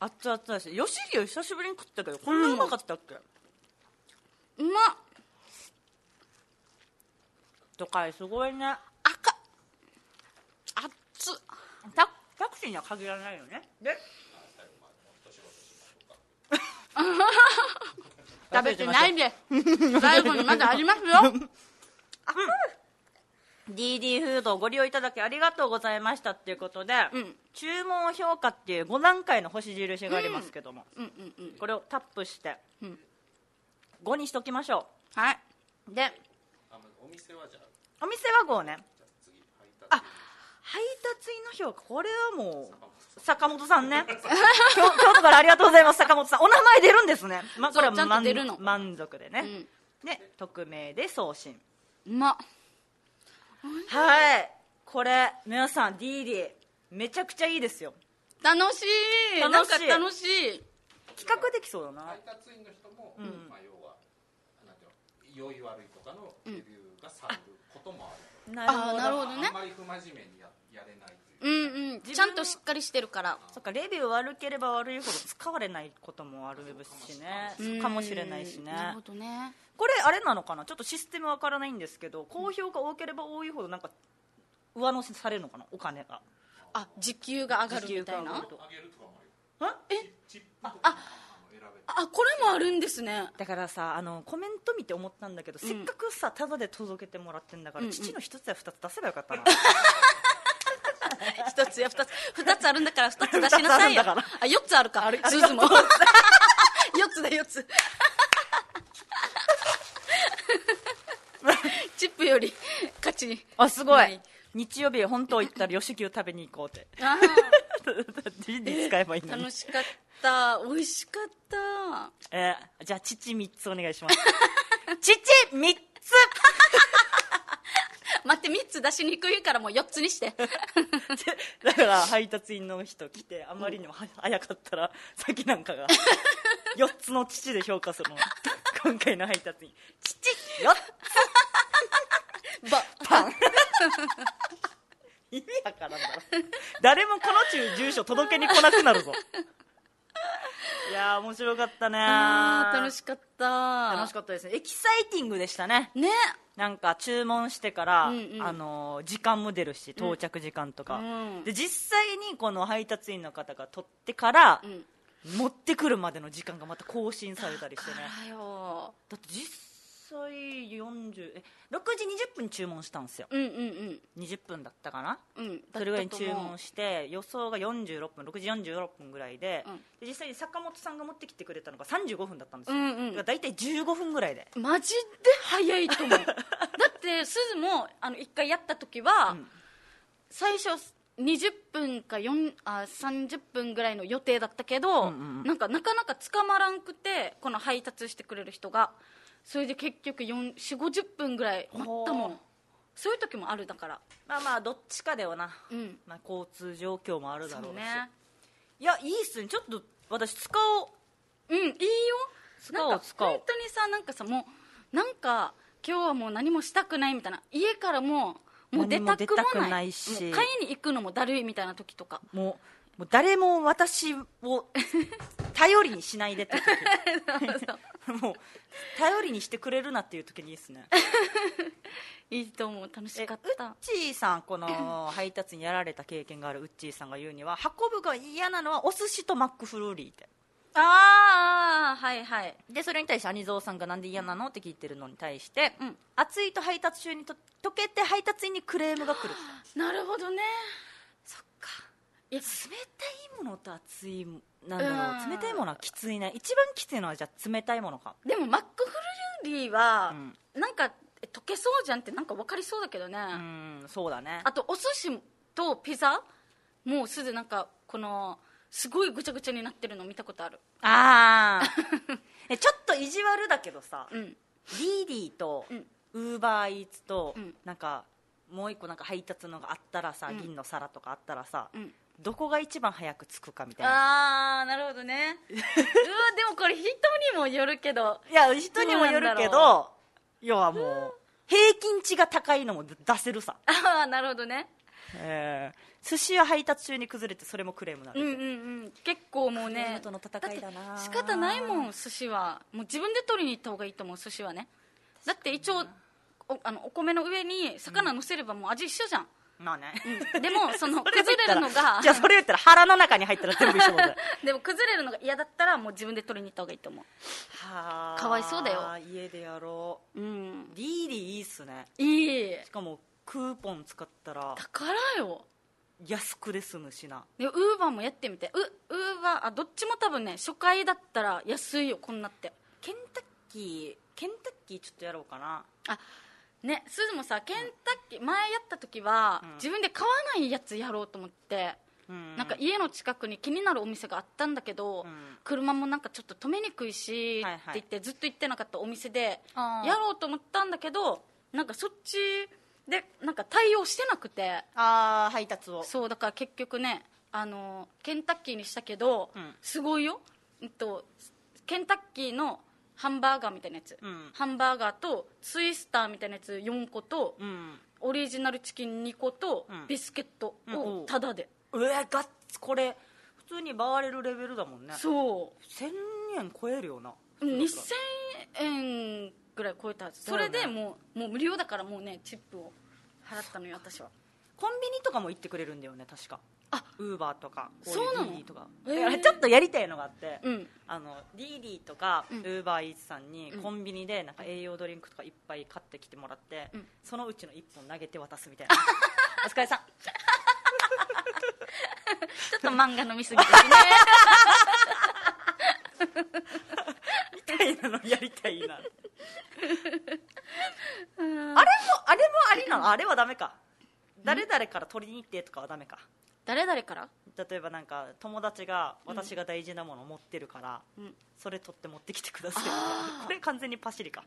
熱々だしよしりを久しぶりに食ったけどこんなうまかったっけ、うまっ都会すごいね赤熱っタタクシーには限らないよねで 食べてない食で最後にまだあります よべてみましょう DD フードをご利用いただきありがとうございましたっていうことで、うん注文評価っていう5段階の星印がありますけども、うんうんうんこれをタップして、うん5にしときましょはい。うであのお店はじゃあお店は5ねじゃあ次配達あ配達員の評価これはもう坂本さん ね京京都からありがとうございます坂本さんお名前出るんですね、まあ、これはそうちゃんと満出るの満足でね、うん。で匿名で送信うまっ。はいこれ皆さん DD めちゃくちゃいいですよ楽しい。楽なんしかい楽しい。企画できそうだな配達員の人も、まあ要はなんていうの良い悪いとかのレビューがされることもある、なあなるほあどねん。まり不真面目にややれないといううんうん。ちゃんとしっかりしてるから。そっかレビュー悪ければ悪いほど使われないこともあるしねかもしれないしねなるほどね。これあれなのかなちょっとシステムわからないんですけど好評が多ければ多いほどなんか上乗せされるのかなお金があ、時給が上がるみたい時給が上がなる。とあげるとかもあるよえ、チップとかもあの選べてあ、これもあるんですね。だからさあのコメント見て思ったんだけど、せっかくさタダで届けてもらってんだから、うんうん父の一つや二つ出せばよか ったな一つや二つ。二つあるん だから二つ出しなさい二よ。つあるんだかあ、四つあるか。数字も。 四つだ四 つ。チップより価値。あすごい、はい日曜日本当行ったら吉牛食べに行こうって あ人で使えばいいーのに楽、しかった。美味しかった。えーじゃあ父三つお願いします 父三つ待って3つ出しにくいからもう4つにしてだから配達員の人来てあまりにもは早かったら先なんか が4つの父で評価するの今回の配達員父4ばつ意味わからんだろ誰もこの中住所届けに来なくなるぞいやー面白かったねあー楽しかった楽しかったですねエキサイティングでしたねねなんか注文してから、うんうんあのー時間も出るし到着時間とか、うんで実際にこの配達員の方が取ってから、ん持ってくるまでの時間がまた更新されたりしてねだよだって実際40え6時20分に注文したんですようんうん20分だったかなうんうんそれぐらいに注文して予想が46分6時46分ぐらいで,、うんで実際に坂本さんが持ってきてくれたのが35分だったんですよ、うんうんだから大体15分ぐらいでマジで早い と思うだってすずもあの1回やった時は、ん最初20分か4あ30分ぐらいの予定だったけうど、んうんうんなんかなかなか捕まらんくてこの配達してくれる人がそれで結局4 4 5 0分ぐらい待ったもほうんそういう時もあるだからまあまあどっちかだよな、うんまあ、交通状況もあるだろうしそうねいやいいっすねちょっと私使おううんいいよ使おうなんか使おう本当にさなんかさもうなんか今日はもう何もしたくないみたいな家からもうもう出た何くもも出たなくいないしもう買いに行くのもだるいみたいな時とかもうもう誰も私を頼りにしないでって 時もう頼りにしてくれるなっていう時にいいですねいいと思う楽えしウかッったチーさんこの配達にやられた経験があるウッチーさんが言うには運ぶが嫌なのはお寿司とマックフルーリーってああはいはいでそれに対してアニゾウさんがなんで嫌なのって聞いてるのに対して、うん暑いと配達中にと溶けて配達員にクレームが来るってなるほどねそっかいや冷たいものと熱いもなんだろううん冷たいものはきついね一番きついのはじゃあ冷たいものかでもマックフルーリーはうん、なんかえ溶けそうじゃんってなんか分かりそうだけどね、うんそうだねあとお寿司とピザもうすでなんかこのすごいぐちゃぐちゃになってるの見たことあるあ あちょっと意地悪だけどさ、うんディーディーとうんウーバーイーツと、んなんかもう一個なんか配達のがあったらさ、銀の皿とかあったらさ、んどこが一番早く着くかみたいなあーなるほ どねうわでもこれ人にもよるけどいや人にもよるけどうなんど要はもう平均値が高いのも出せるさ、ああなるほどねえー寿司は配達中に崩れてそれもクレームなうんる、うんうん結構もうクレーねムとの戦いだな仕方ないもん寿司はもう自分で取りに行った方がいいと思う寿司はねだって一応おあのお米の上に魚乗せればもう味一緒じゃん、まあね、うんで もそのそれで崩言っれたらるのがじゃあそれ言ったら腹の中に入ったら全部一緒もんだよ でも崩れるのが嫌だったらもう自分で取りに行った方がいいと思はあかわいそうだよ家でやろううんうディーディーいいっすねいいしかもクーポン使ったらだからよ安くで済むしなでウーバーもやってみてウウーバーあどっちも多分ね初回だったら安いよこんなってケンタッキーケンタッキーちょっとやろうかなあねすずもさケンタッキー前やった時は、ん自分で買わないやつやろうと思って、うんなんか家の近くに気になるお店があったんだけど、うん車もなんかちょっと止めにくいし、はいはいって言ってずっと行ってなかったお店であーやろうと思ったんだけどなんかそっちでなんか対応してなくてああ配達をそうだから結局ねあのケンタッキーにしたけど、うんすごいよ、えっと、ケンタッキーのハンバーガーみたいなやつ、うんハンバーガーとツイスターみたいなやつ4個と、うんオリジナルチキン2個と、うんビスケットうをんタダで、うえガッツこれ普通に回れるレベルだもんねそう1000円超えるよなうん2000円ぐらい超えたはずだそよれねでもうもう無料だからもうねチップを払ったのよ私はコンビニとかも行ってくれるんだよね確かあウーバーとかこうそういなうのディーディーとかへーだからちょっとやりたいのがあって、うんあのディーディーとかウうんーバーイーツさんにうんコンビニでなんか栄養ドリンクとかいっぱい買ってきてもらって、うんそのうちの1本投げて渡す みたいなお疲れさんちょっと漫画飲みすぎてねみたいなのやりた いなあれもあれもありなのあれはダメか誰々から取りに行ってとかはダメか誰々から例えばなんか友達が私が大事なものを持ってるから、うんそれ取って持ってきてくださいみたいなこれ完全にパシ リか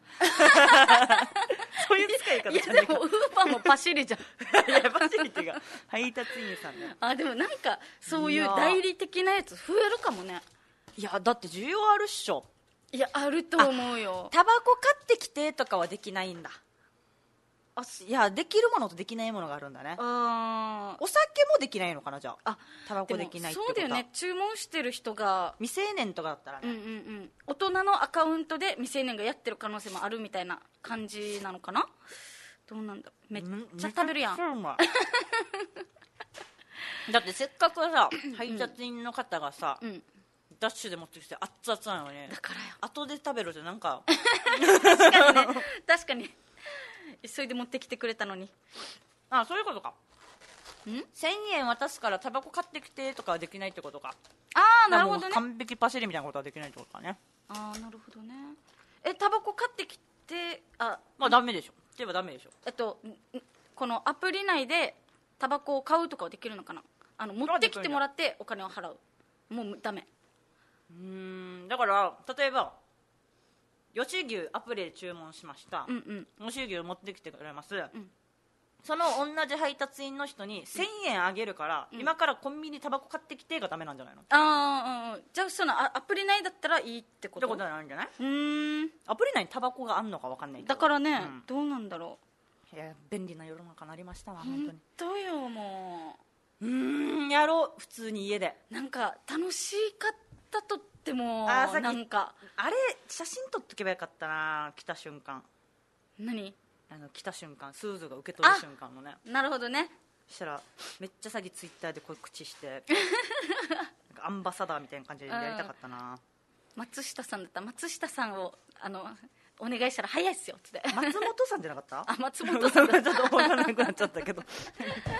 そういう使いい方やじゃないでかもウーバーもパシリじゃんいやパシリっていうか配達員さんねあでもなんかそういう代理的なやつ増えるかもねいやだって需要あるっしょいやあると思うよタバコ買ってきてとかはできないんだあいやできるものとできないものがあるんだねあーお酒もできないのかなじゃああタバコでもできないってこそうとだはよね注文してる人が未成年とかだったらうんね、うんうん大人のアカウントで未成年がやってる可能性もあるみたいな感じなのかなどうなんだめっちゃ食べるやんん だってせっかくさ配達員の方がさ、うんダッシュで持ってきて熱々なのにだからよ後で食べるってなん か確かにね確かに急いで持ってきてくれたのにあそういうことかん1000円渡すからタバコ買ってきてとかはできないってことかああなるほどだねからもう完璧パシリみたいなことはできないってことかねああなるほどねえタバコ買ってきてあまあダメでしょ例えばダメでしょえっとんんこのアプリ内でタバコを買うとかはできるのかなあの持ってきてもらってお金を払うもうダメうーんだから例えば吉牛アプリで注文しました、うんうん吉牛持ってきてくれます、んその同じ配達員の人に1000円あげるから、今からコンビニでタバコ買ってきてがダメなんじゃないのっああうんうんじゃあそのあアプリ内だったらいいってこてとことなんじゃないうーんアプリ内にタバコがあんのか分かんないけどだからね、うんどうなんだろいや便利な世の中になりましたわう本当本に当よもうーんやろう普通に家でうなんか楽しかったとってもあーさっきなんかあれ写真撮っとけばよかったな来た瞬間何あの来た瞬間スーズが受け取る瞬間もねなるほどねそしたらめっちゃ詐欺ツイッターでこう口してなんかアンバサダーみたいな感じでやりたかったな、松下さんだったら松下さんをあのお願いしたら早いっすよっつって松本さんじゃなかったあ松本さん ちょっと分からなくなっちゃったけど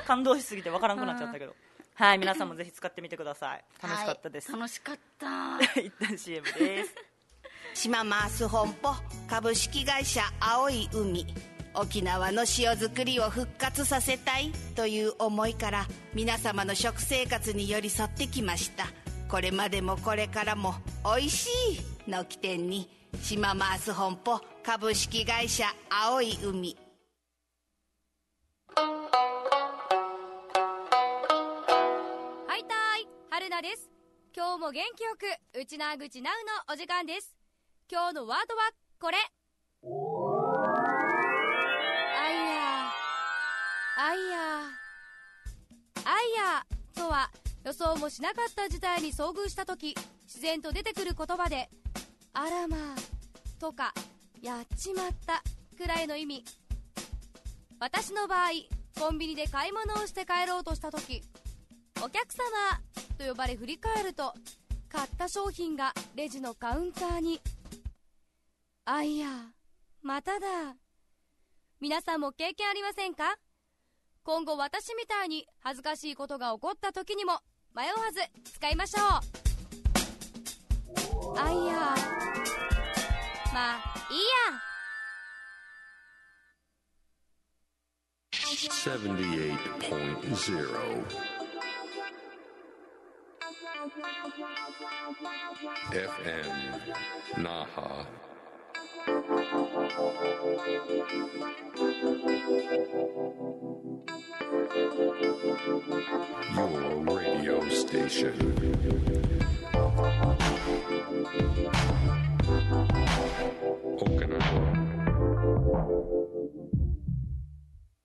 感動しすぎて分からなくなっちゃったけどはい皆さんもぜひ使ってみてください楽しかったです、はい楽しかった一旦 CM です島マース本舗株式会社青い海沖縄の塩作りを復活させたいという思いから皆様の食生活に寄り添ってきましたこれまでもこれからもおいしいの起点に島マース本舗株式会社青い海はいたーい、はるなです。今日も元気よく、うちなーぐちなうのお時間です。今日のワードは、これ。あいやー、あいやー、あいやーとは、予想もしなかった事態に遭遇した時自然と出てくる言葉で、あらまあ、とか、やっちまった、くらいの意味。私の場合、コンビニで買い物をして帰ろうとした時お客様と呼ばれ振り返ると買った商品がレジのカウンターにあいやまただ皆さんも経験ありませんか今後私みたいに恥ずかしいことが起こった時にも迷わず使いましょうあいやまあいいや78.0 FM Naha. Your radio station. Okinawa.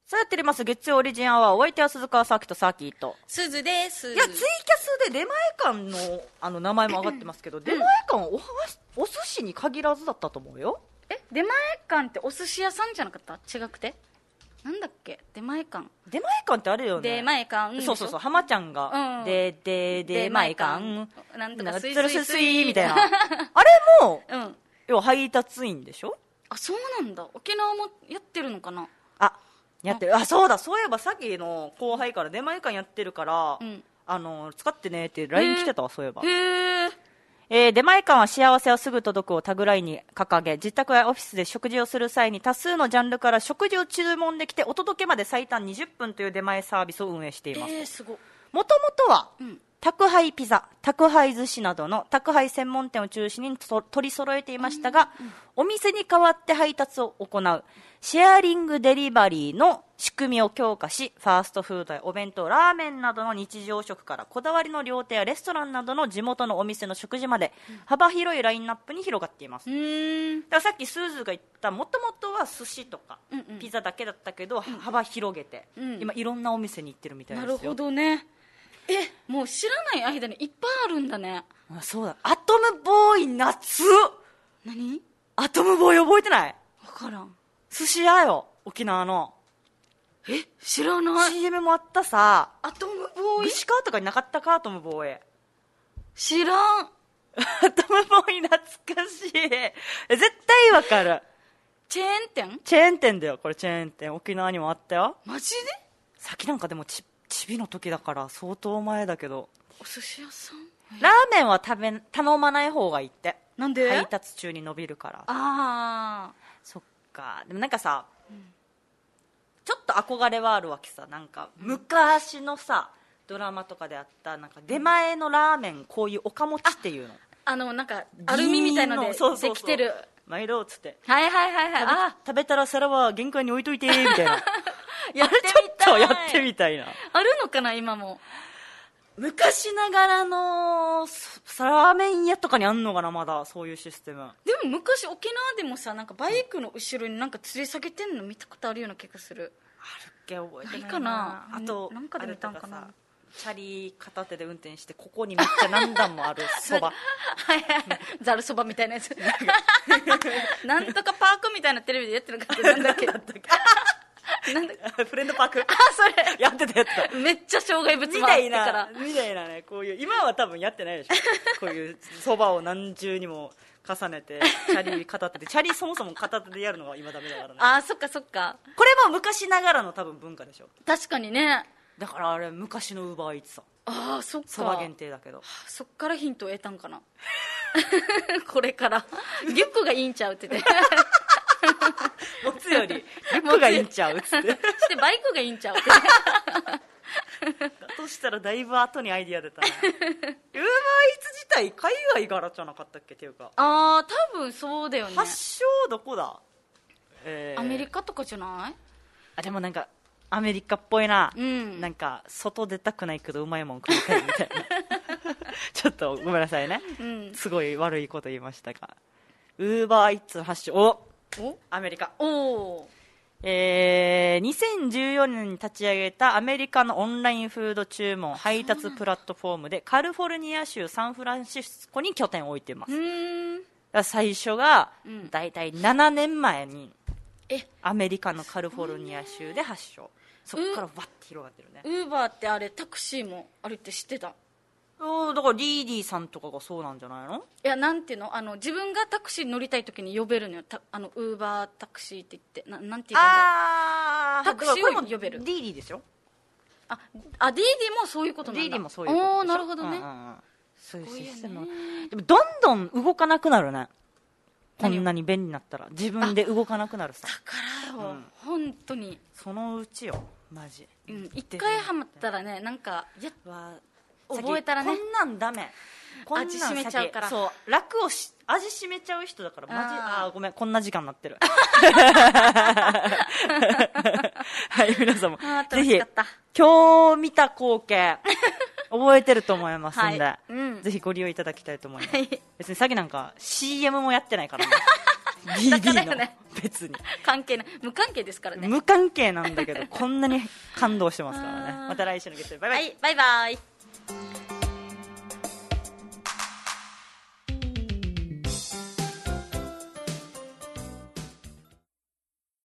さあやっております月曜オリジンアワーお相手は鈴川サーキとサーキーとすずですいやツイキャスで出前館のあの名前も上がってますけど、出前館はおはお寿司に限らずだったと思うよえ出前館ってお寿司屋さんじゃなかった違くてなんだっけ出前館出前館ってあれよね出前館でしそょうそうそう浜ちゃんが、うんでで出前館なんとなんかかスイつるスすイるスすイいみたい なうあれもん要は配達員でしょあそうなんだ沖縄もやってるのかなあやってるあそうだそういえばさっきの後輩から出前館やってるから、うんあの使ってねって LINE 来てたわそういえばへええー出前館は幸せはすぐ届くをタグラインに掲げ自宅やオフィスで食事をする際に多数のジャンルから食事を注文できてお届けまで最短20分という出前サービスを運営していますえー、すごいもともとは、ん宅配ピザ、宅配寿司などの宅配専門店を中心にと取り揃えていましたが、お店に代わって配達を行うシェアリングデリバリーの仕組みを強化し、ファーストフードやお弁当、ラーメンなどの日常食からこだわりの料亭やレストランなどの地元のお店の食事まで幅広いラインナップに広がっています。うーんだからさっきスーズが言ったもともとは寿司とかうんうんピザだけだったけど、幅広げて、うん今いろんなお店に行ってるみたいですなよるほどねえもう知らない間にいっぱいあるんだねあそうだアトムボーイ夏何アトムボーイ覚えてない分からん寿司屋よ沖縄のえ知らない CM もあったさアトムボーイ牛川とかになかったかアトムボーイ知らんアトムボーイ懐かしいえ絶対わかるチェーン店チェーン店だよこれチェーン店沖縄にもあったよマジで先なんかでもちちびの時だから相当前だけどお寿司屋さんラーメンは食べ頼まない方がいいってなんで配達中に伸びるからああそっかでもなんかさ、ちょっと憧れはあるわけさなんか昔のさドラマとかであったなんか出前のラーメンこういうおかもちっていうのあのなんかアルミみたいので銀そうそうそうできてる毎度っつってはいはいはいはいああ食べたら皿は玄関に置いと いてみたいなやってみちょたっといやってみたいなあるのかな今も昔ながらのそラーメン屋とかにあんのかなまだそういうシステムでも昔沖縄でもさなんかバイクの後ろになんか吊り下げてんの見たことあるような気がするけ覚えてないかなあとなんかで見たんかなあれとさチャリ片手で運転してここにめっちゃ何段もあるそ ばはいはいはいざるそばみたいなやつなんとかパークみたいなテレビでやってるからなん だっけなんだっけフレンドパークあそやってたやってたれめっちゃ障害物みもあたっいてかならみたいなねこういう今は多分やってないでしょこういうそばを何重にも重ねてチャリ片手でチャリそもそも片手でやるのは今ダメだからねあーそっかそっかこれも昔ながらの多分文化でしょ確かにねだからあれ昔のウーバーイーツさああそっかそば限定だ けどそっからヒントを得たんかな これ からリュックがいいんちゃうって言って持つよりリュックがいいんちゃうっつってしてバイクがいい んちゃうって だとしたらだいぶ後にアイディア出たなウーバーイイツ自体海外からじゃなかったっけっていうかあー多分そうだよね発祥どこだ、えーアメリカとかじゃないあでもなんかアメリカっぽいな、うんなんか外出たくないけどうまいもん食い たいみたいなちょっとごめんなさいね、うんすごい悪いこと言いましたがウーバーイーツ発祥おおアメリカおーえー2014年に立ち上げたアメリカのオンラインフード注文配達プラットフォームでカリフォルニア州サンフランシスコに拠点を置いています、うだかーんら最初がうんだいたい7年前にえアメリカのカリフォルニア州で発祥そこからわって広がってるね、ウーバーってあれタクシーもあるって知ってたおーだからリーディーさんとかがそうなんじゃないのいやなんていうのあの自分がタクシーに乗りたい時に呼べるのよたあのウーバータクシーって言ってななんて言ったんだろうあータクシーを呼べるリーディーでしょああディーディもそういうことなんだリーディーもそういうことでしょおーなるほどね、うんうんうんそういうすごいシよねステムなでもどんどん動かなくなるねこ何をんなに便利になったら自分で動かなくなるさだからよ、うん本当に、そのうちよマジうん、一回ハマったらねなんかやは覚えたらねこんなんダメこんなん味しめちゃうから先そう楽をし味しめちゃう人だからマジあーああーごめんこんな時間になってる はい皆さんもあーぜ楽ひしかった今日見た光 景覚えてると思いますんで、はいうんぜひご利用いただきたいと思います、はい別に詐欺なんか CM もやってない からねだから DD よのね別に関係ない無関係ですからね無関係なんだけどこんなに感動してますからねあーまた来週の月曜日バイバイ、はいバイバイ